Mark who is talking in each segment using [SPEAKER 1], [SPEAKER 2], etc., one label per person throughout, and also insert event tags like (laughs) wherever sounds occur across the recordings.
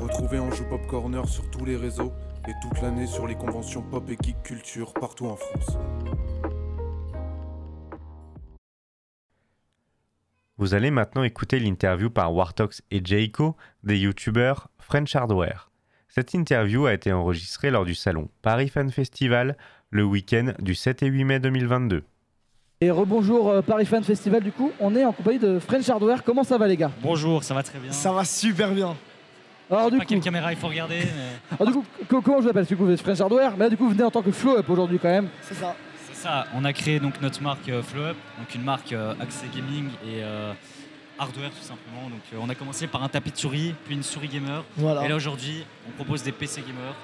[SPEAKER 1] Retrouvez Anjou Pop Corner sur tous les réseaux et toute l'année sur les conventions pop et geek culture partout en France.
[SPEAKER 2] Vous allez maintenant écouter l'interview par Wartox et Jayco des youtubeurs French Hardware. Cette interview a été enregistrée lors du salon Paris Fan Festival le week-end du 7 et 8 mai 2022.
[SPEAKER 3] Et rebonjour euh, Paris Fan Festival du coup, on est en compagnie de French Hardware, comment ça va les gars
[SPEAKER 4] Bonjour, ça va très bien.
[SPEAKER 5] Ça va super bien.
[SPEAKER 3] Alors du
[SPEAKER 4] pas
[SPEAKER 3] coup,
[SPEAKER 4] quelle caméra il faut regarder. mais
[SPEAKER 3] alors, du coup, co- comment je vous appelle Du coup vous êtes French Hardware, mais là du coup vous venez en tant que flow up aujourd'hui quand même.
[SPEAKER 5] C'est ça.
[SPEAKER 4] C'est ça. On a créé donc notre marque euh, Flow Up, donc une marque euh, axée gaming et euh, hardware tout simplement. Donc euh, on a commencé par un tapis de souris, puis une souris gamer.
[SPEAKER 5] Voilà.
[SPEAKER 4] Et là aujourd'hui, on propose des PC gamer.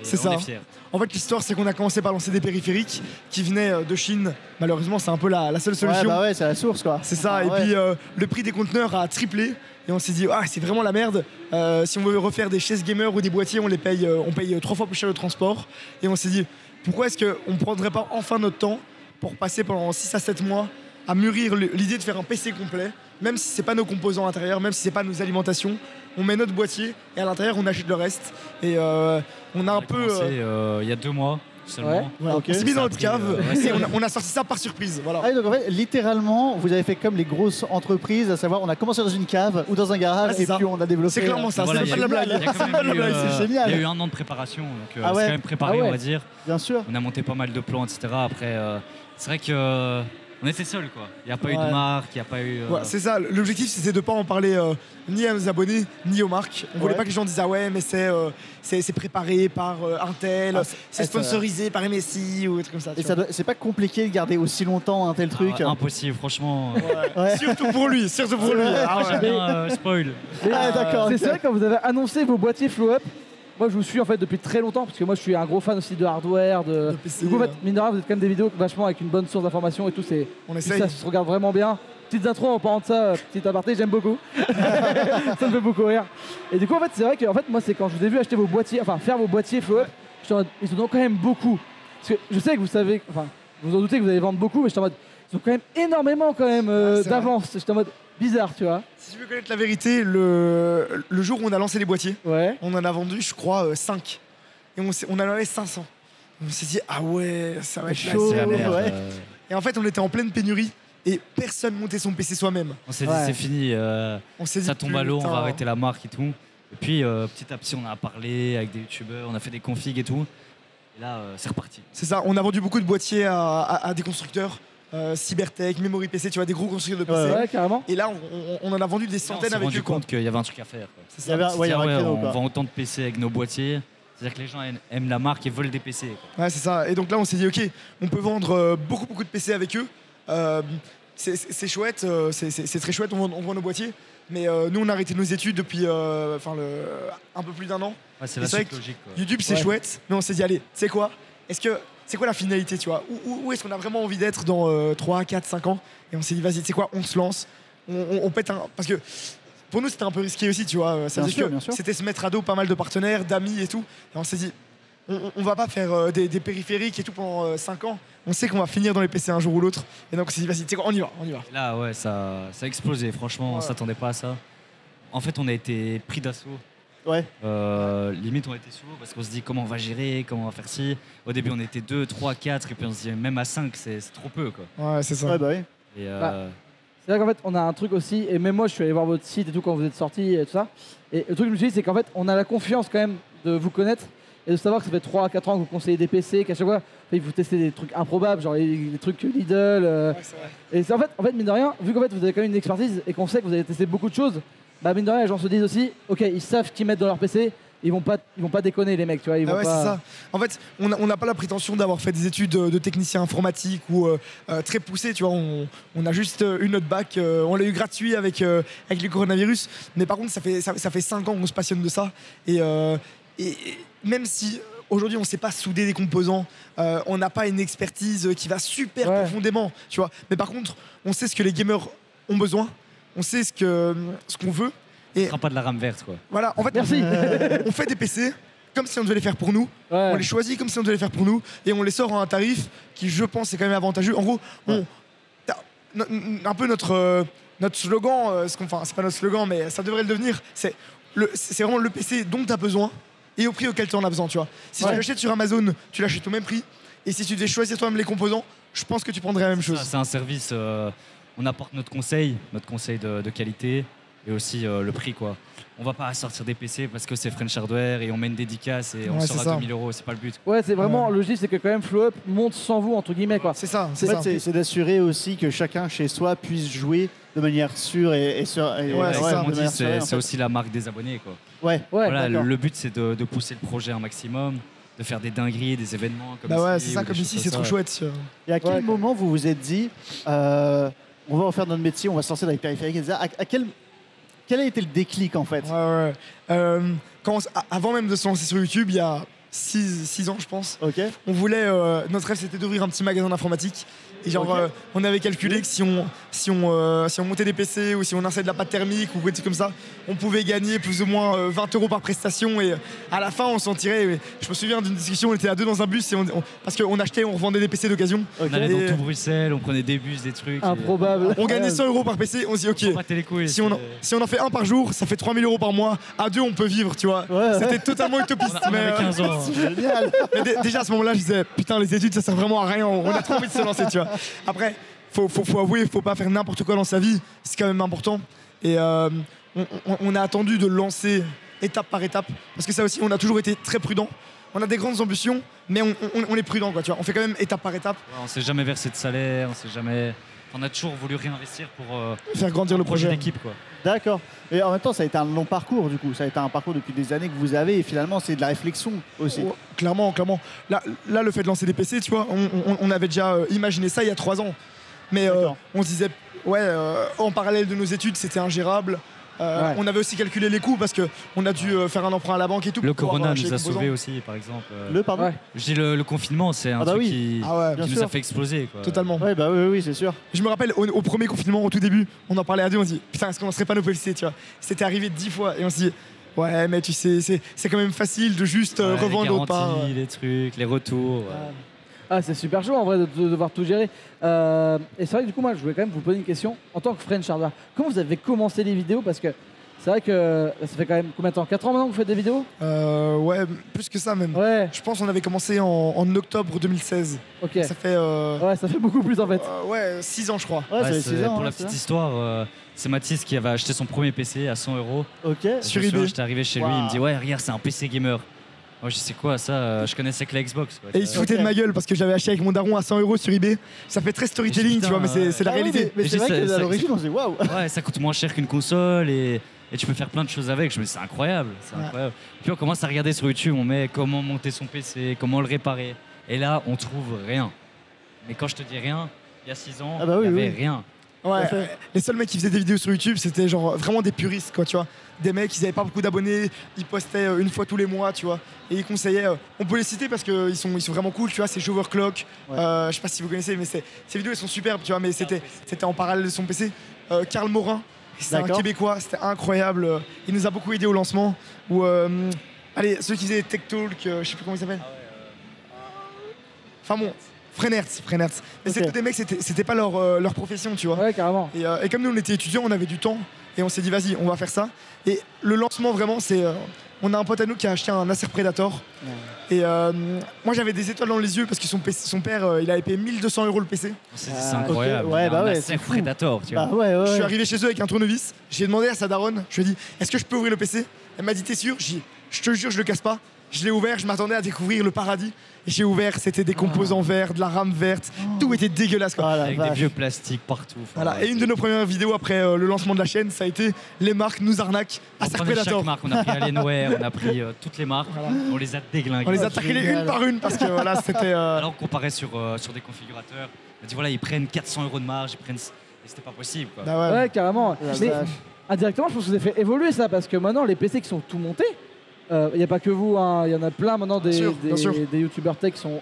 [SPEAKER 4] Et
[SPEAKER 5] C'est
[SPEAKER 4] on
[SPEAKER 5] ça.
[SPEAKER 4] est fiers.
[SPEAKER 5] En fait, l'histoire, c'est qu'on a commencé par lancer des périphériques qui venaient euh, de Chine. Malheureusement, c'est un peu la, la seule
[SPEAKER 6] Ouais,
[SPEAKER 5] solution.
[SPEAKER 6] bah ouais, c'est la source quoi.
[SPEAKER 5] C'est ça.
[SPEAKER 6] Ah
[SPEAKER 5] et
[SPEAKER 6] ouais.
[SPEAKER 5] puis, euh, le prix des conteneurs a triplé. Et on s'est dit, ah, c'est vraiment la merde. Euh, si on veut refaire des chaises gamer ou des boîtiers, on les paye, euh, on paye euh, trois fois plus cher le transport. Et on s'est dit, pourquoi est-ce qu'on ne prendrait pas enfin notre temps pour passer pendant 6 à 7 mois à mûrir le- l'idée de faire un PC complet, même si c'est pas nos composants intérieurs, même si c'est pas nos alimentations, on met notre boîtier et à l'intérieur on achète le reste. Et euh, on a
[SPEAKER 4] On
[SPEAKER 5] un
[SPEAKER 4] a
[SPEAKER 5] peu.
[SPEAKER 4] commencé,
[SPEAKER 5] euh,
[SPEAKER 4] euh, il y a deux mois seulement.
[SPEAKER 3] Ouais.
[SPEAKER 5] Voilà,
[SPEAKER 6] Ah, Ok.
[SPEAKER 5] on s'est mis
[SPEAKER 4] Ça
[SPEAKER 5] dans
[SPEAKER 4] a
[SPEAKER 5] notre
[SPEAKER 4] pris, euh,
[SPEAKER 5] cave
[SPEAKER 4] ouais.
[SPEAKER 5] et on a, on a sorti ça par surprise. Voilà.
[SPEAKER 6] Ah oui, donc en fait, littéralement, vous avez fait comme les grosses entreprises, à savoir on a commencé dans une cave ou dans un
[SPEAKER 5] Ah,
[SPEAKER 6] garage
[SPEAKER 5] c'est
[SPEAKER 6] et
[SPEAKER 5] ça.
[SPEAKER 6] puis on a développé.
[SPEAKER 5] C'est clairement ça,
[SPEAKER 4] Voilà,
[SPEAKER 5] c'est pas
[SPEAKER 4] il
[SPEAKER 5] de
[SPEAKER 4] y a-
[SPEAKER 5] la
[SPEAKER 4] Il
[SPEAKER 5] blague.
[SPEAKER 6] génial.
[SPEAKER 4] y a
[SPEAKER 5] (laughs)
[SPEAKER 4] quand
[SPEAKER 5] pas de
[SPEAKER 4] même eu,
[SPEAKER 5] la blague,
[SPEAKER 4] euh,
[SPEAKER 6] c'est génial.
[SPEAKER 4] il y a eu un an de préparation, donc euh,
[SPEAKER 6] Ah
[SPEAKER 4] on s'est
[SPEAKER 6] ouais.
[SPEAKER 4] quand même préparé,
[SPEAKER 3] Ah ouais.
[SPEAKER 4] on va dire.
[SPEAKER 6] Bien sûr.
[SPEAKER 4] On a monté pas mal de plans, etc. Après, euh, c'est vrai que euh, on était seuls, quoi. Il n'y a pas eu
[SPEAKER 5] Ouais.
[SPEAKER 4] de marque, il n'y a pas eu. euh,
[SPEAKER 5] Ouais, c'est ça, l'objectif c'était de pas en parler euh, ni à nos abonnés ni aux marques. On voulait
[SPEAKER 6] Ouais.
[SPEAKER 5] pas que les gens disent ah ouais mais c'est euh, c'est c'est préparé par euh, un tel,
[SPEAKER 6] Ah,
[SPEAKER 5] c'est
[SPEAKER 6] ah, ça-
[SPEAKER 5] sponsorisé par MSI ou des trucs comme ça. tu
[SPEAKER 6] Et ça
[SPEAKER 5] vois.
[SPEAKER 6] doit- c'est pas compliqué de garder aussi longtemps un tel
[SPEAKER 4] ah,
[SPEAKER 6] truc.
[SPEAKER 4] impossible, franchement.
[SPEAKER 6] Ouais.
[SPEAKER 5] Surtout pour lui, surtout pour lui. Ah ouais.
[SPEAKER 4] J'aime bien euh, spoil.
[SPEAKER 6] Ah, d'accord.
[SPEAKER 3] C'est
[SPEAKER 6] ok.
[SPEAKER 3] ça, quand vous avez annoncé vos boîtiers flow up, moi je vous suis en fait depuis très longtemps, parce que moi je suis un gros fan aussi de hardware, de...
[SPEAKER 5] De PC,
[SPEAKER 3] Du coup, en fait,
[SPEAKER 5] hein.
[SPEAKER 3] mine de rien, vous êtes quand même des vidéos vachement avec une bonne source d'information et tout, c'est...
[SPEAKER 5] On
[SPEAKER 3] Puis
[SPEAKER 5] essaye.
[SPEAKER 3] ça se regarde vraiment bien. Petites intros en parlant de ça, euh, petit aparté, j'aime beaucoup. (laughs) ça me fait beaucoup rire. Et du coup, en fait, c'est vrai que en fait, moi, c'est quand je vous ai vu acheter vos boîtiers, enfin faire vos boîtiers flow up, j'étais en mode, ils en ont quand même beaucoup. Parce que je sais que vous savez, enfin, vous en doutez que vous allez vendre beaucoup, mais j'étais en mode, ils ont quand même énormément quand même euh,
[SPEAKER 5] Ah, c'est vrai.
[SPEAKER 3] d'avance. J'étais en mode bizarre, tu vois.
[SPEAKER 5] Si tu veux connaître la vérité, le, le jour où on a lancé les boîtiers,
[SPEAKER 3] Ouais.
[SPEAKER 5] on en a vendu je crois 5 et on, s'est- on en avait 500. On s'est dit ah ouais ça va être
[SPEAKER 6] Chaud,
[SPEAKER 4] C'est
[SPEAKER 5] la
[SPEAKER 4] la
[SPEAKER 5] merde.
[SPEAKER 4] merde.
[SPEAKER 6] ouais.
[SPEAKER 4] euh,
[SPEAKER 5] Et en fait, on était en pleine pénurie et personne montait son PC soi-même.
[SPEAKER 4] on s'est dit,
[SPEAKER 3] Ouais.
[SPEAKER 4] c'est fini, euh,
[SPEAKER 5] On s'est dit
[SPEAKER 4] ça tombe à l'eau, on
[SPEAKER 5] putain.
[SPEAKER 4] va arrêter la marque et tout. Et puis, euh, petit à petit, on a parlé avec des youtubeurs, on a fait des configs et tout. Et là, euh, c'est reparti.
[SPEAKER 5] C'est ça, on a vendu beaucoup de boîtiers à, à- à des constructeurs, euh, Cybertech, Memory PC, tu vois, des gros constructeurs de PC.
[SPEAKER 3] Ouais, carrément.
[SPEAKER 5] Et là, on, on- on en a vendu des
[SPEAKER 4] Et là, on
[SPEAKER 5] centaines
[SPEAKER 4] s'est
[SPEAKER 5] avec
[SPEAKER 4] rendu
[SPEAKER 5] eux. quoi.
[SPEAKER 4] compte qu'il y avait un truc à faire. quoi.
[SPEAKER 5] C'est
[SPEAKER 6] Il y
[SPEAKER 5] ça.
[SPEAKER 6] avait un- ouais, il y
[SPEAKER 4] Ah
[SPEAKER 6] avait un
[SPEAKER 4] ouais,
[SPEAKER 6] créneau,
[SPEAKER 4] on
[SPEAKER 6] quoi.
[SPEAKER 4] vend autant de PC avec nos boîtiers. C'est-à-dire que les gens aiment- aiment la marque et veulent des PC. quoi.
[SPEAKER 5] Ouais, c'est ça. Et donc là, on s'est dit, ok, on peut vendre euh, beaucoup, beaucoup de PC avec eux. Euh, c'est- c'est c'est chouette, euh, c'est- c'est c'est très chouette, on vend, on vend nos boîtiers. Mais euh, nous, on a arrêté nos études depuis euh, enfin, le- un peu plus d'un an.
[SPEAKER 4] Ouais, c'est
[SPEAKER 5] Et
[SPEAKER 4] la
[SPEAKER 5] c'est vrai
[SPEAKER 4] suite
[SPEAKER 5] que
[SPEAKER 4] logique. quoi.
[SPEAKER 5] YouTube c'est
[SPEAKER 3] Ouais.
[SPEAKER 5] chouette, mais on s'est dit allez, c'est quoi Est-ce que c'est quoi la finalité, tu vois Où, où- où est-ce qu'on a vraiment envie d'être dans euh, 3, 4, 5 ans Et on s'est dit vas-y, c'est quoi On se lance, on, on- on pète un parce que pour nous c'était un peu risqué aussi, tu vois. euh, Ça
[SPEAKER 6] Bien
[SPEAKER 5] veut
[SPEAKER 6] sûr,
[SPEAKER 5] dire
[SPEAKER 6] bien
[SPEAKER 5] que
[SPEAKER 6] sûr.
[SPEAKER 5] c'était se mettre à dos pas mal de partenaires, d'amis et tout. Et on s'est dit on, on- on va pas faire euh, des, des périphériques et tout pendant 5 ans. On sait qu'on va finir dans les PC un jour ou l'autre. Et donc on s'est dit vas-y, c'est quoi On y va, on y va.
[SPEAKER 4] Et Là, ouais, ça, ça a explosé. Franchement, on
[SPEAKER 5] Ouais.
[SPEAKER 4] s'attendait pas à ça. En fait, on a été pris d'assaut.
[SPEAKER 6] Ouais.
[SPEAKER 4] Euh, limite, on a été sous l'eau parce qu'on se dit comment on va gérer, comment on va faire ci. Au début, on était 2, 3, 4, et puis on se dit même à 5, c'est c'est trop peu. Quoi.
[SPEAKER 5] Ouais, c'est ça.
[SPEAKER 6] Ouais, bah oui.
[SPEAKER 4] Et, euh,
[SPEAKER 5] Bah,
[SPEAKER 3] C'est vrai qu'en fait, on a un truc aussi, et même moi, je suis allé voir votre site et tout quand vous êtes sorti et tout ça. Et le truc que je me suis dit, c'est qu'en fait, on a la confiance quand même de vous connaître et de savoir que ça fait 3 à 4 ans que vous conseillez des PC, qu'à chaque fois, enfin, vous testez des trucs improbables, genre les, les trucs Lidl. euh,
[SPEAKER 5] Ouais, c'est vrai.
[SPEAKER 3] Et c'est en fait, en fait, mine de rien, vu qu'en fait, vous avez quand même une expertise et qu'on sait que vous avez testé beaucoup de choses, bah, mine de rien, les gens se disent aussi, ok, ils savent ce qu'ils mettent dans leur PC, ils vont pas, ils vont pas déconner, les mecs, tu vois. Ils
[SPEAKER 5] Ah
[SPEAKER 3] vont
[SPEAKER 5] ouais,
[SPEAKER 3] pas...
[SPEAKER 5] c'est ça. En fait, on n'a on n'a pas la prétention d'avoir fait des études euh, de technicien informatique ou euh, euh, très poussé. Tu vois, on, on a juste euh, eu notre bac, euh, on l'a eu gratuit avec, euh, avec le coronavirus. Mais par contre, ça fait, ça, ça fait 5 ans qu'on se passionne de ça. Et, euh, et, et même si euh, aujourd'hui, on ne sait pas souder des composants, euh, on n'a pas une expertise qui va super
[SPEAKER 3] Ouais.
[SPEAKER 5] profondément. Tu vois. Mais par contre, on sait ce que les gamers ont besoin, on sait ce que ce qu'on veut.
[SPEAKER 4] on fera pas de la rame verte. Quoi.
[SPEAKER 5] Voilà, en fait,
[SPEAKER 3] Merci.
[SPEAKER 5] on fait des PC comme si on devait les faire pour nous.
[SPEAKER 3] Ouais.
[SPEAKER 5] On les choisit comme si on devait les faire pour nous et on les sort à un tarif qui, je pense, est quand même avantageux. En gros, on- t'as- no- n- un peu notre, euh, notre slogan, euh, ce qu'on- enfin c'est pas notre slogan, mais ça devrait le devenir, c'est le- c'est vraiment le PC dont tu as besoin et au prix auquel tu en as besoin, tu vois. Si
[SPEAKER 6] Ouais.
[SPEAKER 5] tu l'achètes sur Amazon, tu l'achètes au même prix, et si tu devais choisir toi-même les composants, je pense que tu prendrais la même
[SPEAKER 4] Ça,
[SPEAKER 5] chose.
[SPEAKER 4] C'est un service, euh, on apporte notre conseil, notre conseil de, de qualité et aussi euh, le prix quoi. On va pas sortir des PC parce que c'est French Hardware et on met une dédicace et on
[SPEAKER 5] Ouais,
[SPEAKER 4] sort
[SPEAKER 5] c'est ça.
[SPEAKER 4] à 2000 euros, c'est pas le but.
[SPEAKER 3] Ouais, c'est vraiment le gif, c'est que quand même Flow Up monte sans vous, entre guillemets, quoi.
[SPEAKER 5] C'est ça,
[SPEAKER 6] En
[SPEAKER 5] c'est
[SPEAKER 6] fait,
[SPEAKER 5] ça.
[SPEAKER 6] c'est- c'est d'assurer aussi que chacun chez soi puisse jouer de manière sûre et, et sur- et-
[SPEAKER 5] Ouais,
[SPEAKER 4] Et
[SPEAKER 5] c'est
[SPEAKER 4] comme
[SPEAKER 5] ça,
[SPEAKER 4] on
[SPEAKER 6] de
[SPEAKER 4] dit,
[SPEAKER 6] manière
[SPEAKER 4] c'est
[SPEAKER 6] sereine, en
[SPEAKER 4] c'est
[SPEAKER 6] fait.
[SPEAKER 4] aussi la marque des abonnés quoi.
[SPEAKER 6] Ouais.
[SPEAKER 3] Ouais,
[SPEAKER 4] voilà, le,
[SPEAKER 6] d'accord.
[SPEAKER 4] le but c'est de, de pousser le projet un maximum, de faire des dingueries, des événements comme
[SPEAKER 5] Bah ouais,
[SPEAKER 4] ici,
[SPEAKER 5] c'est
[SPEAKER 4] ou
[SPEAKER 5] ça,
[SPEAKER 4] des
[SPEAKER 5] comme
[SPEAKER 4] choses
[SPEAKER 5] ici, c'est
[SPEAKER 4] ça,
[SPEAKER 5] trop
[SPEAKER 4] ouais.
[SPEAKER 5] chouette. euh.
[SPEAKER 6] Et à quel
[SPEAKER 3] Ouais, quoi.
[SPEAKER 6] moment vous vous êtes dit, euh, on va en faire notre métier, on va se lancer dans les périphériques, etc. À, à quel, quel a été le déclic en fait
[SPEAKER 5] Ouais, ouais. Euh, quand on s- a- avant même de se lancer sur YouTube, il y a 6 ans, je pense,
[SPEAKER 6] Ok.
[SPEAKER 5] on voulait. euh, notre rêve, c'était d'ouvrir un petit magasin d'informatique. Et genre,
[SPEAKER 6] Ok.
[SPEAKER 5] euh, on avait calculé que si on, si, on, euh, si on montait des PC ou si on insérait de la pâte thermique ou des trucs comme ça, on pouvait gagner plus ou moins euh, 20 euros par prestation. Et à la fin, on s'en tirait. et je me souviens d'une discussion, on était à deux dans un bus et on- on- parce qu'on achetait, on revendait des PC d'occasion.
[SPEAKER 4] On allait
[SPEAKER 5] Et-
[SPEAKER 4] dans tout Bruxelles, on prenait des bus, des trucs. euh,
[SPEAKER 3] (laughs)
[SPEAKER 4] et-
[SPEAKER 3] improbable.
[SPEAKER 5] On gagnait 100 euros par PC. On se dit, ok,
[SPEAKER 4] Faut battre les couilles,
[SPEAKER 5] si on, en-
[SPEAKER 4] c'est-
[SPEAKER 5] si on en fait un par jour, ça fait 3000 euros par mois. À deux, on peut vivre, tu vois.
[SPEAKER 6] Ouais,
[SPEAKER 5] C'était totalement utopiste.
[SPEAKER 4] on a- on
[SPEAKER 5] mais,
[SPEAKER 4] avait
[SPEAKER 5] euh,
[SPEAKER 4] 15 ans. hein.
[SPEAKER 6] Génial.
[SPEAKER 5] mais dé- déjà à ce moment-là, je disais, putain, les études, ça sert vraiment à rien. On a trop envie de se lancer, tu vois. Après, faut, faut, faut avouer, faut pas faire n'importe quoi dans sa vie. C'est quand même important. Et euh, on, on- on a attendu de lancer étape par étape. Parce que ça aussi, on a toujours été très prudent. On a des grandes ambitions, mais on, on- on est prudent, quoi, tu vois. On fait quand même étape par étape,
[SPEAKER 4] Ouais, on s'est jamais versé de salaire, on s'est jamais. On a toujours voulu réinvestir pour euh,
[SPEAKER 5] faire grandir le
[SPEAKER 4] le projet
[SPEAKER 5] projet.
[SPEAKER 4] d'équipe quoi.
[SPEAKER 6] D'accord. Et en même temps, ça a été un long parcours du coup. Ça a été un parcours depuis des années que vous avez et finalement, c'est de la réflexion aussi.
[SPEAKER 5] Ouais, clairement, clairement. Là, là, le fait de lancer des PC, tu vois, on, on- on avait déjà euh, imaginé ça il y a trois ans. Mais euh,
[SPEAKER 6] D'accord.
[SPEAKER 5] on se disait, ouais, euh, en parallèle de nos études, c'était ingérable. Euh,
[SPEAKER 3] Ouais.
[SPEAKER 5] On avait aussi calculé les coûts parce que on a dû euh, faire un emprunt à la banque et tout.
[SPEAKER 4] Le
[SPEAKER 5] pour pouvoir
[SPEAKER 4] corona
[SPEAKER 5] acheter
[SPEAKER 4] nous
[SPEAKER 5] les
[SPEAKER 4] a
[SPEAKER 5] composants.
[SPEAKER 4] sauvés aussi, par exemple. Euh,
[SPEAKER 6] Le pardon.
[SPEAKER 3] Ouais.
[SPEAKER 4] Je dis le, le confinement, c'est un
[SPEAKER 6] Ah bah
[SPEAKER 4] truc
[SPEAKER 6] oui.
[SPEAKER 4] qui,
[SPEAKER 5] Ah ouais,
[SPEAKER 6] Bien
[SPEAKER 4] qui nous
[SPEAKER 6] sûr.
[SPEAKER 4] a fait exploser. Quoi.
[SPEAKER 5] totalement.
[SPEAKER 6] Ouais, bah oui, oui, c'est sûr.
[SPEAKER 5] Je me rappelle au, au premier confinement, au tout début, on en parlait à deux, on se dit putain, est-ce qu'on lancerait pas nos PC, tu vois C'était arrivé dix fois et on se dit ouais, mais tu sais, c'est c'est quand même facile de juste
[SPEAKER 4] Ouais,
[SPEAKER 5] euh,
[SPEAKER 4] les
[SPEAKER 5] revendre autre part.
[SPEAKER 4] garanties, les trucs, les retours. ouais.
[SPEAKER 3] Ah, c'est super chaud en vrai de, de devoir tout gérer. Euh, et c'est vrai que du coup, moi, je voulais quand même vous poser une question. En tant que French Hardware, comment vous avez commencé les vidéos Parce que c'est vrai que ça fait quand même combien de temps 4 ans maintenant que vous faites des vidéos
[SPEAKER 5] Euh, ouais, plus que ça même.
[SPEAKER 3] Ouais,
[SPEAKER 5] Je pense qu'on avait commencé en, en octobre 2016.
[SPEAKER 3] ok.
[SPEAKER 5] Ça fait euh,
[SPEAKER 3] Ouais, ça fait beaucoup plus en fait.
[SPEAKER 5] euh, ouais 6 ans je crois.
[SPEAKER 6] Ouais,
[SPEAKER 4] Ouais,
[SPEAKER 6] ça fait
[SPEAKER 4] c'est-
[SPEAKER 6] six ans,
[SPEAKER 4] pour
[SPEAKER 6] hein,
[SPEAKER 4] la
[SPEAKER 6] c'est
[SPEAKER 4] petite histoire, euh, c'est Mathis qui avait acheté son premier PC à 100 euros.
[SPEAKER 6] ça Ok.
[SPEAKER 4] Je
[SPEAKER 5] Sur
[SPEAKER 4] me souviens,
[SPEAKER 5] eBay.
[SPEAKER 4] J'étais arrivé chez lui, il me dit Ouais, regarde, c'est un PC gamer. Moi, je sais quoi, ça euh, Je connaissais que la Xbox. quoi.
[SPEAKER 5] Et il
[SPEAKER 4] Ça-
[SPEAKER 5] se foutait de ma gueule parce que j'avais acheté avec mon daron à 100 euros sur eBay. Ça fait très storytelling,
[SPEAKER 4] Putain,
[SPEAKER 5] tu vois, mais c'est
[SPEAKER 4] ouais.
[SPEAKER 5] c'est la
[SPEAKER 6] Ah oui,
[SPEAKER 5] réalité.
[SPEAKER 6] mais mais
[SPEAKER 4] Et
[SPEAKER 6] c'est
[SPEAKER 4] je
[SPEAKER 6] vrai
[SPEAKER 4] dis,
[SPEAKER 6] que
[SPEAKER 4] ça-
[SPEAKER 6] à
[SPEAKER 4] ça-
[SPEAKER 6] l'origine, on s'est dit (laughs) waouh.
[SPEAKER 4] Ouais, ça coûte moins cher qu'une console et, et tu peux faire plein de choses avec. Je me dis, c'est incroyable, c'est
[SPEAKER 5] Ouais.
[SPEAKER 4] incroyable. Puis on commence à regarder sur YouTube, on met comment monter son PC, comment le réparer. Et là, on trouve rien. Mais quand je te dis rien, il y a 6 ans,
[SPEAKER 6] Ah bah oui,
[SPEAKER 4] il n'y avait
[SPEAKER 6] oui.
[SPEAKER 4] rien.
[SPEAKER 5] Ouais. Les seuls mecs qui faisaient des vidéos sur YouTube, c'était genre vraiment des puristes, quoi, tu vois. Des mecs, ils avaient pas beaucoup d'abonnés, ils postaient euh, une fois tous les mois, tu vois. Et ils conseillaient. euh, On peut les citer parce qu'ils sont, ils sont vraiment cool, tu vois. C'est Shower Clock.
[SPEAKER 6] Ouais.
[SPEAKER 5] euh, je sais pas si vous connaissez, mais c'est- ces vidéos, elles sont superbes, tu vois. Mais c'était c'était en parallèle de son PC. Euh, Karl Morin, c'est un
[SPEAKER 6] D'accord.
[SPEAKER 5] Québécois, c'était incroyable. euh, Il nous a beaucoup aidé au lancement. Ou, euh, allez, ceux qui faisaient Tech Talk, euh, je sais plus comment il
[SPEAKER 6] Ah
[SPEAKER 5] s'appelle. Enfin bon, Frenertz, Frenertz. Mais
[SPEAKER 6] euh, Ok.
[SPEAKER 5] c'est tous des mecs, c'était c'était pas leur, euh, leur profession, tu vois.
[SPEAKER 3] Ouais, carrément.
[SPEAKER 5] Et, euh, et comme nous on était étudiants, on avait du temps et on s'est dit vas-y, on va faire ça. Et le lancement vraiment, c'est euh, on a un pote à nous qui a acheté un Acer Predator. Et euh, moi j'avais des étoiles dans les yeux parce que son, PC son père euh, il avait payé 1200 euros le PC.
[SPEAKER 4] On s'est dit, c'est
[SPEAKER 6] Ah, ok,
[SPEAKER 4] incroyable.
[SPEAKER 6] ouais,
[SPEAKER 4] Il y a
[SPEAKER 6] bah
[SPEAKER 4] un
[SPEAKER 6] ouais,
[SPEAKER 4] Acer
[SPEAKER 6] c'est fou.
[SPEAKER 4] Predator, tu vois.
[SPEAKER 6] Bah ouais, ouais.
[SPEAKER 5] Je suis
[SPEAKER 6] ouais.
[SPEAKER 5] arrivé chez eux avec un tournevis. J'ai demandé à sa daronne, je lui ai dit est-ce que je peux ouvrir le PC Elle m'a dit t'es sûr J'ai dit, je te jure je le casse pas. Je l'ai ouvert, je m'attendais à découvrir le paradis. Et J'ai ouvert, c'était des composants verts, de la rame verte, tout était dégueulasse quoi.
[SPEAKER 6] Ah, la
[SPEAKER 4] Avec des
[SPEAKER 6] vache.
[SPEAKER 4] vieux plastiques partout. Enfin,
[SPEAKER 5] Voilà. Et une de nos premières vidéos après euh, le lancement de la chaîne, ça a été les marques nous arnaquent,
[SPEAKER 4] on
[SPEAKER 5] Acer
[SPEAKER 4] prenait
[SPEAKER 5] Predator.
[SPEAKER 4] chaque marque, on a pris Alienware,
[SPEAKER 5] (laughs)
[SPEAKER 4] on a pris euh, toutes les marques,
[SPEAKER 5] Voilà.
[SPEAKER 4] on les a déglinguées.
[SPEAKER 5] On les
[SPEAKER 6] Oh,
[SPEAKER 5] a taclés les
[SPEAKER 6] génial.
[SPEAKER 5] une par une parce
[SPEAKER 4] (laughs)
[SPEAKER 5] que voilà, c'était. euh,
[SPEAKER 4] Alors qu'on comparait sur, euh, sur des configurateurs, on a dit voilà, ils prennent 400 euros de marge, ils prennent. Et c'était pas possible quoi.
[SPEAKER 5] bah ouais.
[SPEAKER 3] Ouais, carrément.
[SPEAKER 6] Ah La
[SPEAKER 3] Mais
[SPEAKER 6] vache.
[SPEAKER 3] indirectement, je pense que vous avez fait évoluer ça parce que maintenant, les PC qui sont tout montés, il n'y a pas que vous, hein, il y en a plein maintenant des,
[SPEAKER 5] Bien sûr,
[SPEAKER 3] des,
[SPEAKER 5] bien sûr.
[SPEAKER 3] des youtubeurs tech qui sont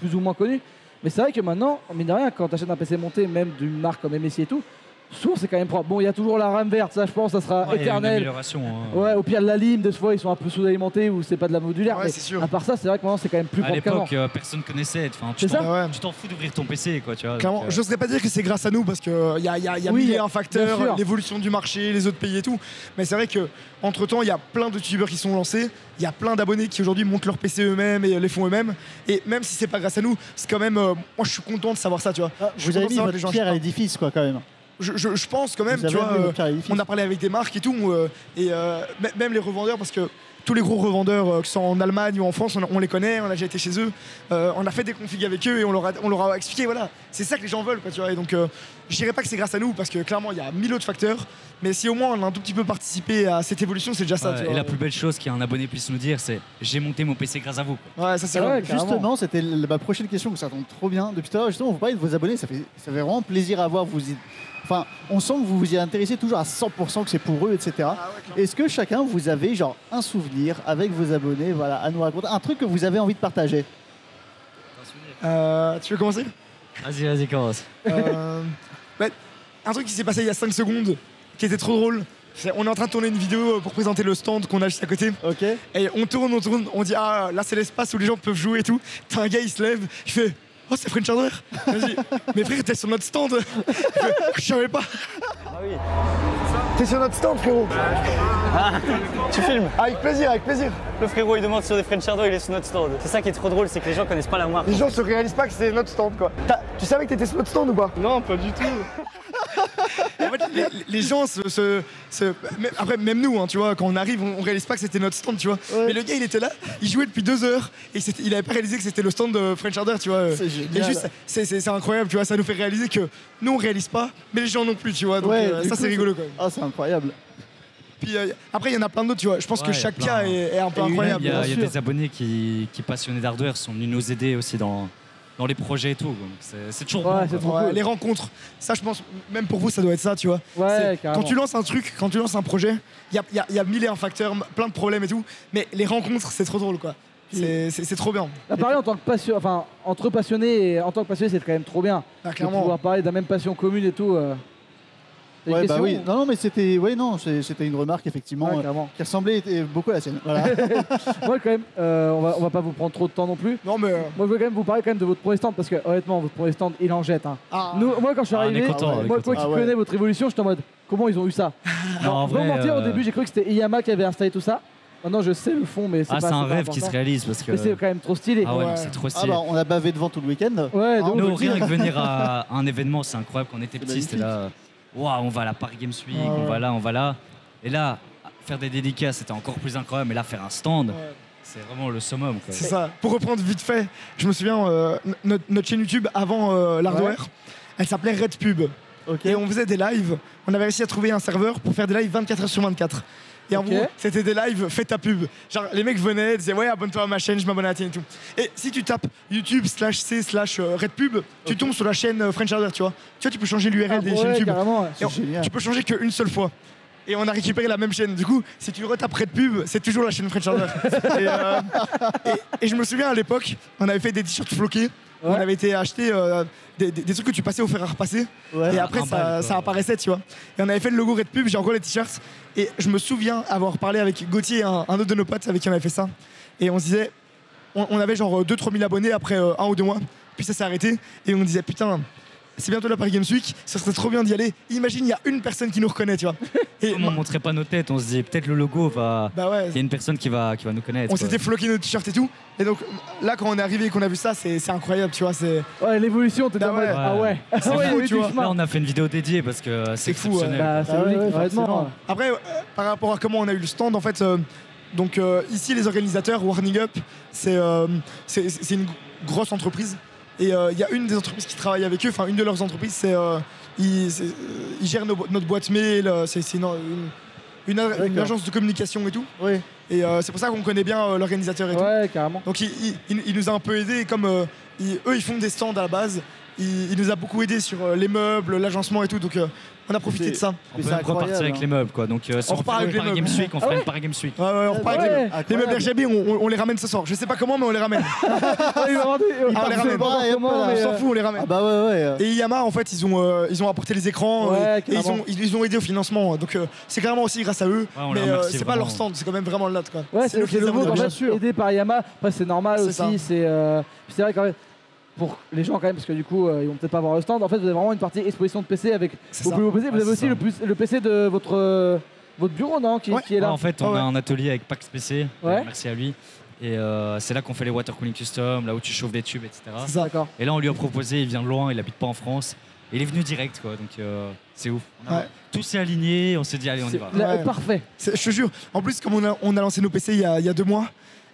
[SPEAKER 3] plus ou moins connus. Mais c'est vrai que maintenant, mine de rien, quand tu achètes un PC monté, même d'une marque comme MSI et tout, Je trouve que c'est quand même propre. Bon, il y a toujours la rame verte, ça je pense, ça sera
[SPEAKER 4] Ouais, il y a une
[SPEAKER 3] éternel.
[SPEAKER 4] amélioration. hein.
[SPEAKER 3] Ouais, au pire, la lime, des fois, ils sont un peu sous-alimentés ou c'est pas de la modulaire.
[SPEAKER 5] Ouais,
[SPEAKER 3] mais
[SPEAKER 5] c'est sûr.
[SPEAKER 3] à part ça, c'est vrai que maintenant, c'est quand même plus
[SPEAKER 4] À
[SPEAKER 3] propre qu'avant.
[SPEAKER 4] l'époque, euh, personne connaissait. Enfin, tu
[SPEAKER 3] C'est ça
[SPEAKER 4] t'en-
[SPEAKER 5] Ah ouais.
[SPEAKER 4] tu t'en fous d'ouvrir ton PC, quoi, tu vois.
[SPEAKER 5] Clairement,
[SPEAKER 4] donc, euh,
[SPEAKER 5] je n'oserais pas dire que c'est grâce à nous parce qu'il y a, y a, y a
[SPEAKER 3] Oui,
[SPEAKER 5] mille et
[SPEAKER 3] bien
[SPEAKER 5] un
[SPEAKER 3] sûr.
[SPEAKER 5] facteurs, l'évolution du marché, les autres pays et tout. Mais c'est vrai que entre temps, il y a plein de youtubeurs qui sont lancés, il y a plein d'abonnés qui aujourd'hui montent leur PC eux-mêmes et euh, les font eux-mêmes. Et même si c'est pas grâce à nous, c'est quand même. euh, moi, je suis content de savoir ça, tu vois.
[SPEAKER 6] Ah,
[SPEAKER 5] Je
[SPEAKER 6] vous avez
[SPEAKER 5] pense
[SPEAKER 6] mis
[SPEAKER 5] savoir que les gens
[SPEAKER 6] votre pierre à
[SPEAKER 5] achètent pas.
[SPEAKER 6] l'édifice, quoi, quand même.
[SPEAKER 5] Je, je- je pense quand même,
[SPEAKER 6] Vous
[SPEAKER 5] tu
[SPEAKER 6] avez
[SPEAKER 5] vois.
[SPEAKER 6] mis
[SPEAKER 5] euh,
[SPEAKER 6] votre pierre à l'édifice.
[SPEAKER 5] on a parlé avec des marques et tout, euh, et euh, m- même les revendeurs, parce que tous les gros revendeurs, euh, que ce soit en Allemagne ou en France, on, on les connaît, on a déjà été chez eux, euh, on a fait des configs avec eux et on leur a, on leur a expliqué, voilà, c'est ça que les gens veulent, quoi, tu vois. Et donc, euh, je dirais pas que c'est grâce à nous, parce que clairement, il y a mille autres facteurs, mais si au moins on a un tout petit peu participé à cette évolution, c'est déjà ça,
[SPEAKER 4] ouais,
[SPEAKER 5] tu
[SPEAKER 4] et
[SPEAKER 5] vois.
[SPEAKER 4] la plus belle chose qu'un abonné puisse nous dire, c'est j'ai monté mon PC grâce à vous. quoi.
[SPEAKER 5] Ouais, ça c'est
[SPEAKER 3] Ah
[SPEAKER 5] vrai.
[SPEAKER 3] ouais, carrément.
[SPEAKER 6] Justement, c'était le- ma prochaine question, que ça tombe trop bien. Depuis tout à l'heure, justement, vous parlez de vos abonnés, ça fait, ça fait vraiment plaisir à voir. Vous y- Enfin, on sent que vous vous y intéressez toujours à 100% que c'est pour eux, etc.
[SPEAKER 5] Ah ouais, clairement.
[SPEAKER 6] Est-ce que chacun, vous avez genre un souvenir avec vos abonnés, voilà, à nous raconter, un truc que vous avez envie de partager
[SPEAKER 5] Euh, tu veux commencer
[SPEAKER 4] Vas-y, vas-y, commence.
[SPEAKER 5] Euh, ouais, un truc qui s'est passé il y a 5 secondes, qui était trop drôle. c'est- On est en train de tourner une vidéo pour présenter le stand qu'on a juste à côté.
[SPEAKER 6] Ok
[SPEAKER 5] Et on tourne, on tourne, on dit ah là c'est l'espace où les gens peuvent jouer et tout. T'as un gars il se lève, il fait oh c'est French Hardware. Vas-y, mais frère t'es sur notre stand. (laughs) Il fait, Je savais pas.
[SPEAKER 7] T'es sur notre stand, frérot
[SPEAKER 8] Tu filmes
[SPEAKER 7] Avec plaisir, avec plaisir.
[SPEAKER 8] Le frérot il demande sur des French Hardware, il est sur notre stand. C'est ça qui est trop drôle, c'est que les gens connaissent pas la marque.
[SPEAKER 7] Les gens se réalisent pas que c'est notre stand, quoi. T'as- Tu savais que t'étais sur notre stand ou pas
[SPEAKER 8] Non, pas du tout.
[SPEAKER 5] (laughs) En fait, les, les gens se, se- se- mais- Après, même nous, hein, tu vois, quand on arrive, on, on réalise pas que c'était notre stand, tu vois. Mais le gars, il était là, il jouait depuis deux heures et c'était- il avait pas réalisé que c'était le stand de French Harder, tu vois.
[SPEAKER 6] C'est génial.
[SPEAKER 5] Et juste, c'est- c'est c'est incroyable, tu vois. Ça nous fait réaliser que nous, on réalise pas, mais les gens non plus, tu vois. Donc, euh,
[SPEAKER 6] du
[SPEAKER 5] ça,
[SPEAKER 6] coup,
[SPEAKER 5] c'est rigolo quand même.
[SPEAKER 6] Ah, c'est incroyable.
[SPEAKER 5] Puis euh, après, il y en a plein d'autres, tu vois. Je pense
[SPEAKER 4] Ouais,
[SPEAKER 5] que chaque
[SPEAKER 4] plein. hein.
[SPEAKER 5] cas est, est un peu
[SPEAKER 6] Et une-
[SPEAKER 5] incroyable.
[SPEAKER 4] Il y a,
[SPEAKER 6] Bien
[SPEAKER 4] il y a
[SPEAKER 6] sûr.
[SPEAKER 4] des abonnés qui, qui passionnés d'hardware sont venus nous aider aussi dans, dans les projets et tout. donc C'est c'est toujours
[SPEAKER 3] Ouais,
[SPEAKER 4] bon.
[SPEAKER 3] c'est
[SPEAKER 4] quoi.
[SPEAKER 3] trop
[SPEAKER 5] Ouais,
[SPEAKER 3] cool.
[SPEAKER 5] les rencontres, ça je pense, même pour vous, ça doit être ça, tu vois.
[SPEAKER 3] Ouais,
[SPEAKER 5] C'est-
[SPEAKER 3] carrément.
[SPEAKER 5] quand tu lances un truc, quand tu lances un projet, il y a, y a- y a mille et un facteurs, m- plein de problèmes et tout, mais les rencontres, c'est trop drôle, quoi. C'est c'est- c'est trop bien.
[SPEAKER 3] Là, parler en tant que passion, enfin, entre passionnés et en tant que passionné, c'est quand même trop bien.
[SPEAKER 5] Ah,
[SPEAKER 3] de
[SPEAKER 5] clairement.
[SPEAKER 3] pouvoir parler de la même passion commune et tout. euh. T'as une
[SPEAKER 6] Ouais, bah
[SPEAKER 3] question
[SPEAKER 6] oui. Non, non, mais c'était ouais, non, c'est- c'était une remarque, effectivement,
[SPEAKER 3] Ouais,
[SPEAKER 6] euh,
[SPEAKER 3] carrément.
[SPEAKER 6] qui ressemblait euh, beaucoup à la sienne.
[SPEAKER 5] (laughs)
[SPEAKER 6] Voilà.
[SPEAKER 3] Moi, quand même, euh, on, va, on va pas vous prendre trop de temps non plus.
[SPEAKER 5] Non, mais. euh,
[SPEAKER 3] Moi, je veux quand même vous parler quand même de votre premier stand parce que, honnêtement, votre premier stand, il en jette. hein.
[SPEAKER 5] ah,
[SPEAKER 3] Nous- moi, quand je suis
[SPEAKER 4] Ah, on est
[SPEAKER 3] arrivé,
[SPEAKER 4] content, on est
[SPEAKER 3] moi,
[SPEAKER 4] content.
[SPEAKER 3] toi qui
[SPEAKER 6] Ah ouais.
[SPEAKER 3] connais votre évolution, j'étais en mode comment ils ont eu ça
[SPEAKER 4] Non,
[SPEAKER 3] Sans
[SPEAKER 4] en vrai,
[SPEAKER 3] mentir, au
[SPEAKER 4] euh,
[SPEAKER 3] début, j'ai cru que c'était Iyama qui avait installé tout ça. Maintenant, je sais le fond, mais c'est
[SPEAKER 4] ah,
[SPEAKER 3] pas
[SPEAKER 4] c'est un
[SPEAKER 3] pas
[SPEAKER 4] rêve qui se
[SPEAKER 3] important.
[SPEAKER 4] réalise parce que.
[SPEAKER 3] Mais c'est quand même trop stylé.
[SPEAKER 4] Ah ouais, non,
[SPEAKER 5] Ouais.
[SPEAKER 4] c'est trop
[SPEAKER 6] ah,
[SPEAKER 4] stylé.
[SPEAKER 6] bah, on a bavé devant tout le week-end.
[SPEAKER 3] Ouais, de ouf.
[SPEAKER 6] Hein, on peut
[SPEAKER 4] Nous,
[SPEAKER 6] le
[SPEAKER 4] rien
[SPEAKER 6] dire.
[SPEAKER 4] que venir à
[SPEAKER 6] (laughs)
[SPEAKER 4] un événement, c'est incroyable. Quand on était
[SPEAKER 6] C'est
[SPEAKER 4] petits, c'était
[SPEAKER 6] magnifique.
[SPEAKER 4] là. euh, Waouh, on va à la Paris Games Week,
[SPEAKER 5] Ah ouais.
[SPEAKER 4] on va là, on va là. Et là, faire des dédicaces, c'était encore plus incroyable. Mais là, faire un stand, c'est vraiment le summum. Quoi.
[SPEAKER 5] C'est ça. Pour reprendre vite fait, je me souviens, euh, no- notre, notre chaîne YouTube avant euh, l'hardware, elle s'appelait Red Pub.
[SPEAKER 6] Ok.
[SPEAKER 5] Et on faisait des lives. On avait réussi à trouver un serveur pour faire des lives 24 heures sur 24. Et en
[SPEAKER 3] Ok.
[SPEAKER 5] gros, c'était des lives, fais ta pub. Genre, les mecs venaient, disaient, ouais, abonne-toi à ma chaîne, je m'abonne à la tienne et tout. Et si tu tapes YouTube slash C slash euh, Red Pub, tu tombes sur la chaîne euh, French Harder, tu vois. Tu vois, tu peux changer l'URL
[SPEAKER 3] Ah,
[SPEAKER 5] des
[SPEAKER 3] ouais,
[SPEAKER 5] chaînes YouTube.
[SPEAKER 3] carrément. ouais.
[SPEAKER 5] Et on-
[SPEAKER 6] génial.
[SPEAKER 5] tu peux changer qu'une seule fois. Et on a récupéré la même chaîne. Du coup, si tu retapes Red Pub, c'est toujours la chaîne French
[SPEAKER 6] (laughs)
[SPEAKER 5] Harder. et, euh, et- et je me souviens à l'époque, on avait fait des t-shirts floqués. On
[SPEAKER 3] Ouais.
[SPEAKER 5] avait été acheter euh, des, des- des trucs que tu passais au fer à repasser.
[SPEAKER 6] Ouais.
[SPEAKER 5] Et après,
[SPEAKER 4] Un bal,
[SPEAKER 5] ça,
[SPEAKER 4] quoi.
[SPEAKER 5] ça apparaissait, tu vois. Et on avait fait le logo Red Pub, j'ai encore les t-shirts. Et je me souviens avoir parlé avec Gauthier, un, un autre de nos potes avec qui on avait fait ça. Et on se disait, on, on avait genre 2-3 000 abonnés après euh, un ou deux mois. Puis ça s'est arrêté. Et on disait, putain, c'est bientôt la Paris Games Week, ça serait trop bien d'y aller. Imagine, il y a une personne qui nous
[SPEAKER 4] (laughs)
[SPEAKER 5] reconnaît, tu vois. Et
[SPEAKER 4] Comme on montrait pas nos têtes, on se disait peut-être le logo va.
[SPEAKER 5] bah ouais,
[SPEAKER 4] Il y a une personne qui va, qui va nous connaître.
[SPEAKER 5] on
[SPEAKER 4] quoi.
[SPEAKER 5] s'était floqué nos t-shirts et tout. Et donc là, quand on est arrivé et qu'on a vu ça, c'est c'est incroyable, tu vois. C'est
[SPEAKER 3] Ouais, l'évolution, t'es
[SPEAKER 5] Ah
[SPEAKER 3] dans le mode,
[SPEAKER 5] ouais.
[SPEAKER 3] Ah ouais.
[SPEAKER 4] C'est
[SPEAKER 3] Ah ouais, il y a
[SPEAKER 5] fou,
[SPEAKER 3] eu
[SPEAKER 5] tu
[SPEAKER 3] du
[SPEAKER 5] vois.
[SPEAKER 3] chemin.
[SPEAKER 4] Là, on a fait une vidéo dédiée parce que euh, c'est
[SPEAKER 5] C'est fou, ouais.
[SPEAKER 4] exceptionnel.
[SPEAKER 3] Bah, c'est
[SPEAKER 6] Ah ouais,
[SPEAKER 3] logique,
[SPEAKER 6] ouais,
[SPEAKER 3] honnêtement.
[SPEAKER 6] forcément.
[SPEAKER 5] Après, euh, par rapport à comment on a eu le stand, en fait, euh, donc euh, ici, les organisateurs, Warning Up, c'est euh, c'est- c'est une grosse entreprise. Et euh, il y a une des entreprises qui travaille avec eux, enfin, une de leurs entreprises, c'est. euh, ils, c'est- euh, ils gèrent nos bo- notre boîte mail, euh, c'est c'est une, une- une a- une
[SPEAKER 6] D'accord.
[SPEAKER 5] agence de communication et tout.
[SPEAKER 6] Oui.
[SPEAKER 5] Et euh, c'est pour ça qu'on connaît bien euh, l'organisateur et tout.
[SPEAKER 3] Ouais, carrément.
[SPEAKER 5] Donc il, il- il- il nous a un peu aidé et comme euh, il- eux ils font des stands à la base il, il nous a beaucoup aidé sur euh, les meubles, l'agencement et tout. Donc euh, on a profité
[SPEAKER 6] C'est-
[SPEAKER 5] de ça.
[SPEAKER 4] On peut
[SPEAKER 6] Mais c'est
[SPEAKER 4] même repartir
[SPEAKER 6] incroyable,
[SPEAKER 4] avec
[SPEAKER 6] hein.
[SPEAKER 4] les meubles quoi. Donc euh, si
[SPEAKER 5] On
[SPEAKER 4] on, fait
[SPEAKER 5] repart
[SPEAKER 4] une
[SPEAKER 5] avec les
[SPEAKER 4] par Games
[SPEAKER 5] meubles.
[SPEAKER 4] Week, on fera une par Games Week.
[SPEAKER 5] Ouais,
[SPEAKER 6] Ah,
[SPEAKER 5] ouais, on
[SPEAKER 6] bah
[SPEAKER 5] repart avec les
[SPEAKER 3] ouais.
[SPEAKER 5] meubles. les meubles RGB, on, on- on les ramène ce soir. Je sais pas comment, mais on les ramène.
[SPEAKER 3] Ah, (laughs) il m'a rendu-
[SPEAKER 5] Il
[SPEAKER 3] Ah,
[SPEAKER 5] part
[SPEAKER 3] on
[SPEAKER 5] les
[SPEAKER 3] sait
[SPEAKER 5] ramène.
[SPEAKER 3] pas
[SPEAKER 6] Ah,
[SPEAKER 3] comment,
[SPEAKER 6] hop là,
[SPEAKER 5] On
[SPEAKER 3] mais,
[SPEAKER 5] s'en
[SPEAKER 3] euh,
[SPEAKER 5] fout, on les ramène.
[SPEAKER 6] Ah bah ouais, ouais.
[SPEAKER 5] Et Yamaha, en fait, ils ont, euh, ils ont apporté les écrans
[SPEAKER 3] Ouais,
[SPEAKER 5] euh, et ils
[SPEAKER 3] carrément.
[SPEAKER 5] ont, ils, ils ont aidé au financement. Donc, euh, c'est carrément aussi grâce à eux.
[SPEAKER 4] Ouais, on les
[SPEAKER 5] mais euh,
[SPEAKER 4] remercie
[SPEAKER 5] c'est pas leur
[SPEAKER 4] vraiment.
[SPEAKER 5] stand, c'est quand même vraiment le nôtre. Quoi.
[SPEAKER 3] Ouais, c'est
[SPEAKER 5] nous qui
[SPEAKER 3] c'est
[SPEAKER 5] les
[SPEAKER 3] le
[SPEAKER 5] avons
[SPEAKER 3] mot, en
[SPEAKER 5] donnés.
[SPEAKER 3] fait, aidé par Yamaha. Après, c'est normal
[SPEAKER 5] C'est ça.
[SPEAKER 3] aussi. C'est euh, puis c'est vrai quand même, pour les gens quand même, parce que du coup, euh, ils vont peut-être pas voir le stand. En fait, vous avez vraiment une partie exposition de PC avec
[SPEAKER 5] C'est
[SPEAKER 3] vos
[SPEAKER 5] ça.
[SPEAKER 3] plus beaux PC. Vous
[SPEAKER 4] Ouais,
[SPEAKER 3] avez
[SPEAKER 4] c'est
[SPEAKER 3] aussi
[SPEAKER 4] ça.
[SPEAKER 3] le, plus- le PC de votre, euh, votre bureau, non qui,
[SPEAKER 5] Ouais.
[SPEAKER 3] qui est là.
[SPEAKER 4] Ouais, en fait, on
[SPEAKER 5] Ah ouais.
[SPEAKER 4] a un atelier avec Pax PC.
[SPEAKER 3] Ouais.
[SPEAKER 4] Merci à lui. Et euh, c'est là qu'on fait les water cooling custom, là où tu chauffes des tubes, etc.
[SPEAKER 5] C'est ça.
[SPEAKER 3] D'accord.
[SPEAKER 4] Et là, on lui a proposé, il vient de loin, il habite pas en France. Et il est venu direct, quoi. Donc, euh, c'est ouf. On a-
[SPEAKER 5] Ouais.
[SPEAKER 4] Tout s'est aligné, on s'est dit, allez, on y
[SPEAKER 3] C'est-
[SPEAKER 4] va.
[SPEAKER 3] là,
[SPEAKER 5] Ouais.
[SPEAKER 3] Parfait.
[SPEAKER 5] C'est- Je te jure. En plus, comme on a, on a lancé nos PC il y a, il y a deux mois,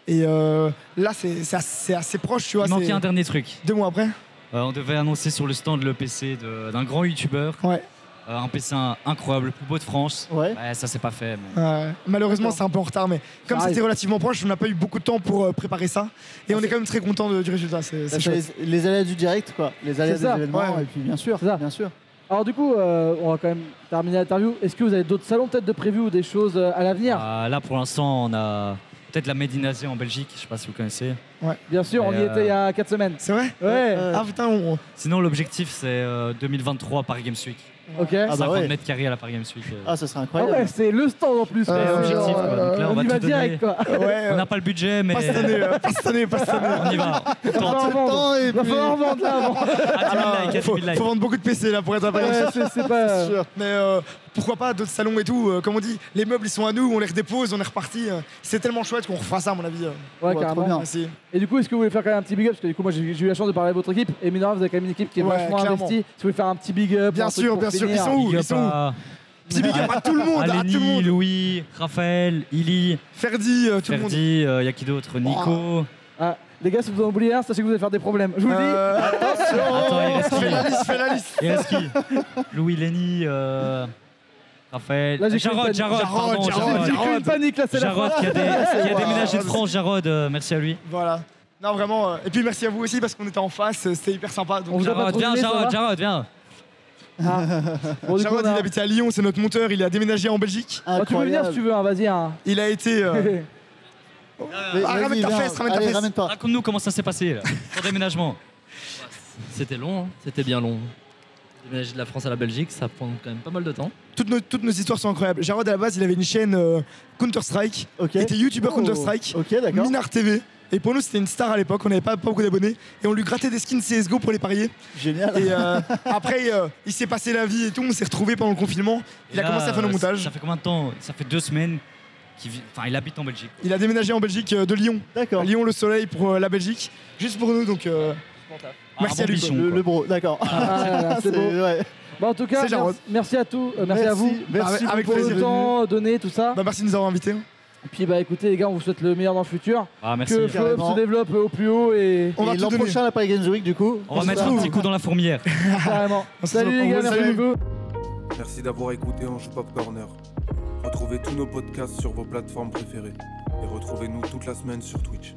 [SPEAKER 5] et euh, là, c'est c'est assez, c'est assez proche, tu vois.
[SPEAKER 4] Il manquait
[SPEAKER 5] c'est-
[SPEAKER 4] un dernier truc.
[SPEAKER 5] Deux mois après
[SPEAKER 4] Euh, on devait annoncer sur le stand le PC de- d'un grand youtubeur.
[SPEAKER 5] Ouais.
[SPEAKER 4] Euh, un PC incroyable, le plus beau de France.
[SPEAKER 6] Ouais.
[SPEAKER 4] Ouais, ça, c'est pas fait. mais-
[SPEAKER 5] Ouais. Malheureusement, c'est un peu en retard, mais comme
[SPEAKER 3] arrive.
[SPEAKER 5] c'était relativement proche, on n'a pas eu beaucoup de temps pour euh, préparer ça. Et on est quand même très content de- du résultat. C'est c'est
[SPEAKER 6] Ça,
[SPEAKER 5] chouette.
[SPEAKER 6] c'est Les, les aléas du direct, quoi. Les aléas
[SPEAKER 3] C'est
[SPEAKER 6] des
[SPEAKER 3] ça,
[SPEAKER 6] événements,
[SPEAKER 5] ouais.
[SPEAKER 6] et puis bien sûr,
[SPEAKER 3] C'est ça.
[SPEAKER 6] bien sûr.
[SPEAKER 3] Alors du coup, euh, on va quand même terminer l'interview. Est-ce que vous avez d'autres salons peut-être de prévu ou des choses euh, à l'avenir
[SPEAKER 4] Ah, là, pour l'instant, on a peut-être la Made in Asia en Belgique, je sais pas si vous connaissez.
[SPEAKER 3] Bien sûr, on y
[SPEAKER 4] Euh,
[SPEAKER 3] était il y a 4 semaines.
[SPEAKER 5] C'est vrai
[SPEAKER 3] Ouais.
[SPEAKER 5] Ah putain, on-
[SPEAKER 4] Sinon, l'objectif, c'est euh, 2023 Paris Games Week.
[SPEAKER 3] Ok.
[SPEAKER 6] Ah bah
[SPEAKER 4] 50
[SPEAKER 6] ouais.
[SPEAKER 4] mètres carrés à la Paris Games Week. euh.
[SPEAKER 6] Ah, ça serait
[SPEAKER 3] Ah ouais,
[SPEAKER 6] incroyable.
[SPEAKER 3] c'est le stand en plus.
[SPEAKER 5] Euh,
[SPEAKER 4] C'est
[SPEAKER 3] quoi.
[SPEAKER 4] l'objectif,
[SPEAKER 5] genre,
[SPEAKER 4] quoi. Donc là, on,
[SPEAKER 3] on
[SPEAKER 4] va
[SPEAKER 3] y
[SPEAKER 4] tout
[SPEAKER 3] va
[SPEAKER 4] donner.
[SPEAKER 3] direct quoi.
[SPEAKER 5] ouais,
[SPEAKER 4] On
[SPEAKER 5] euh,
[SPEAKER 4] n'a pas le budget, mais
[SPEAKER 5] pas cette année, euh, pas cette année, pas cette année.
[SPEAKER 4] on y
[SPEAKER 5] (laughs)
[SPEAKER 4] va. On
[SPEAKER 3] Il va
[SPEAKER 4] tente.
[SPEAKER 3] falloir vendre.
[SPEAKER 6] Attends, et
[SPEAKER 3] Il va
[SPEAKER 6] puis-
[SPEAKER 3] falloir vendre là avant.
[SPEAKER 4] À 10 000 Ah, likes, à 10
[SPEAKER 5] Ah, faut,
[SPEAKER 4] 000 likes.
[SPEAKER 5] faut vendre beaucoup de PC là pour être à Paris.
[SPEAKER 3] Ouais, c'est- c'est pas.
[SPEAKER 5] Mais euh, pourquoi pas d'autres salons et tout. euh, comme on dit, les meubles ils sont à nous, on les redépose, on est reparti. euh, c'est tellement chouette qu'on refera ça à mon avis. euh.
[SPEAKER 3] Ouais,
[SPEAKER 6] trop
[SPEAKER 3] carrément.
[SPEAKER 6] bien.
[SPEAKER 5] Merci.
[SPEAKER 3] Et du coup, est-ce que vous voulez faire quand même un petit big up Parce que du coup, moi j'ai j'ai eu la chance de parler à votre équipe. Et mineur, vous avez quand même une équipe qui est
[SPEAKER 5] Ouais,
[SPEAKER 3] vachement
[SPEAKER 5] clairement.
[SPEAKER 3] investie. Si vous voulez faire un petit big up,
[SPEAKER 5] Bien
[SPEAKER 3] un truc
[SPEAKER 5] sûr,
[SPEAKER 3] pour
[SPEAKER 5] bien sûr. Ils
[SPEAKER 3] finir.
[SPEAKER 5] sont où
[SPEAKER 4] Big
[SPEAKER 5] Ils
[SPEAKER 4] up
[SPEAKER 5] sont où
[SPEAKER 4] à,
[SPEAKER 5] Petit big up à tout le monde,
[SPEAKER 4] à
[SPEAKER 5] à tout le
[SPEAKER 4] Lenny,
[SPEAKER 5] monde.
[SPEAKER 4] Louis, Raphaël, Illy,
[SPEAKER 5] Ferdi, euh, tout le monde.
[SPEAKER 4] Ferdi, il y a qui d'autre Nico.
[SPEAKER 3] Ah, les gars, si vous en oubliez un, sachez que vous allez faire des problèmes. Je vous le dis.
[SPEAKER 5] Euh,
[SPEAKER 4] Attends, il reste
[SPEAKER 5] fais la
[SPEAKER 4] qui
[SPEAKER 5] liste, fais la liste.
[SPEAKER 4] Il reste qui Louis, Lenny, euh, Raphaël.
[SPEAKER 3] Là, j'ai
[SPEAKER 4] Jarod,
[SPEAKER 3] cru-
[SPEAKER 4] Jarod,
[SPEAKER 5] Jarod,
[SPEAKER 4] pardon,
[SPEAKER 5] Jarod,
[SPEAKER 4] Jarod.
[SPEAKER 3] J'ai cru une panique là, c'est la
[SPEAKER 4] Jarod
[SPEAKER 3] fin.
[SPEAKER 4] qui a, dé- qui a
[SPEAKER 5] Wow.
[SPEAKER 4] déménagé de France, Jarod, euh, merci à lui.
[SPEAKER 5] Voilà. Non, vraiment. euh, et puis merci à vous aussi parce qu'on était en face, euh, c'était hyper sympa.
[SPEAKER 3] On
[SPEAKER 5] Donc,
[SPEAKER 3] vous a pas
[SPEAKER 4] Jarod,
[SPEAKER 3] trop
[SPEAKER 4] viens,
[SPEAKER 3] donné, ça va
[SPEAKER 4] Jarod, Jarod, viens.
[SPEAKER 3] Bon, du coup,
[SPEAKER 5] Jarod,
[SPEAKER 3] on a-
[SPEAKER 5] il habitait à Lyon, c'est notre monteur, il a déménagé en Belgique.
[SPEAKER 3] Ah, tu peux venir si tu veux, hein, vas-y. hein.
[SPEAKER 5] Il a été.
[SPEAKER 3] (laughs)
[SPEAKER 5] euh,
[SPEAKER 6] Mais
[SPEAKER 5] Ah, ramène
[SPEAKER 6] vas-y,
[SPEAKER 5] ta
[SPEAKER 6] viens.
[SPEAKER 5] fesse, ramène ta
[SPEAKER 6] Allez,
[SPEAKER 5] fesse.
[SPEAKER 6] ramène-toi.
[SPEAKER 4] Raconte-nous comment ça s'est passé, là, ton déménagement.
[SPEAKER 9] C'était long, hein. c'était bien long. Déménager de la France à la Belgique, ça prend quand même pas mal de temps.
[SPEAKER 5] toutes, nos, toutes nos histoires sont incroyables. Jarod, à la base, il avait une chaîne euh, Counter-Strike.
[SPEAKER 6] Ok.
[SPEAKER 5] Il était youtubeur
[SPEAKER 6] Oh.
[SPEAKER 5] Counter-Strike.
[SPEAKER 6] Ok, d'accord.
[SPEAKER 5] Minard TV. Et pour nous, c'était une star à l'époque, on n'avait pas, pas beaucoup d'abonnés. Et on lui grattait des skins CSGO pour les parier.
[SPEAKER 6] Génial.
[SPEAKER 5] Et
[SPEAKER 6] (laughs)
[SPEAKER 5] euh, après, euh, il s'est passé la vie et tout, on s'est retrouvés pendant le confinement. Il
[SPEAKER 4] Et
[SPEAKER 5] a
[SPEAKER 4] là,
[SPEAKER 6] Ah,
[SPEAKER 5] commencé à faire le
[SPEAKER 4] euh,
[SPEAKER 5] montage.
[SPEAKER 4] Ça fait combien de temps Ça fait deux semaines qu'il vit- enfin, il habite en Belgique.
[SPEAKER 5] Il a déménagé en Belgique euh, de Lyon.
[SPEAKER 6] D'accord.
[SPEAKER 5] Lyon, le soleil pour euh, la Belgique. Juste pour nous, donc. euh, Merci à lui,
[SPEAKER 4] Bichon,
[SPEAKER 6] Le,
[SPEAKER 4] quoi.
[SPEAKER 6] le bro, d'accord.
[SPEAKER 3] Ah, là, là, c'est beau.
[SPEAKER 6] ouais.
[SPEAKER 3] Bah, en tout cas,
[SPEAKER 5] C'est Jarod.
[SPEAKER 3] merci, merci à tous, euh, merci, à vous.
[SPEAKER 5] Avec-
[SPEAKER 6] Merci
[SPEAKER 5] avec
[SPEAKER 3] pour
[SPEAKER 6] beaucoup.
[SPEAKER 3] le
[SPEAKER 5] plaisir.
[SPEAKER 3] temps donné, tout ça.
[SPEAKER 6] Ah.
[SPEAKER 5] bah, merci de nous avoir invités.
[SPEAKER 3] Puis bah écoutez les gars, on vous souhaite le meilleur dans le futur.
[SPEAKER 4] Ah, merci.
[SPEAKER 3] que Flop
[SPEAKER 6] Carrément.
[SPEAKER 3] se développe au plus haut et
[SPEAKER 5] On va
[SPEAKER 6] Et
[SPEAKER 5] tout
[SPEAKER 6] l'an
[SPEAKER 5] donner.
[SPEAKER 6] prochain, la Paris Games Week, du coup.
[SPEAKER 4] On va
[SPEAKER 6] se
[SPEAKER 4] mettre un
[SPEAKER 6] retrouve.
[SPEAKER 4] petit coup dans la fourmière.
[SPEAKER 3] carrément.
[SPEAKER 5] On se-
[SPEAKER 3] Salut les
[SPEAKER 5] on
[SPEAKER 3] gars,
[SPEAKER 5] vous
[SPEAKER 3] merci
[SPEAKER 5] salue.
[SPEAKER 3] beaucoup.
[SPEAKER 1] Merci d'avoir écouté Anjou Pop Corner. Retrouvez tous nos podcasts sur vos plateformes préférées et retrouvez-nous toute la semaine sur Twitch.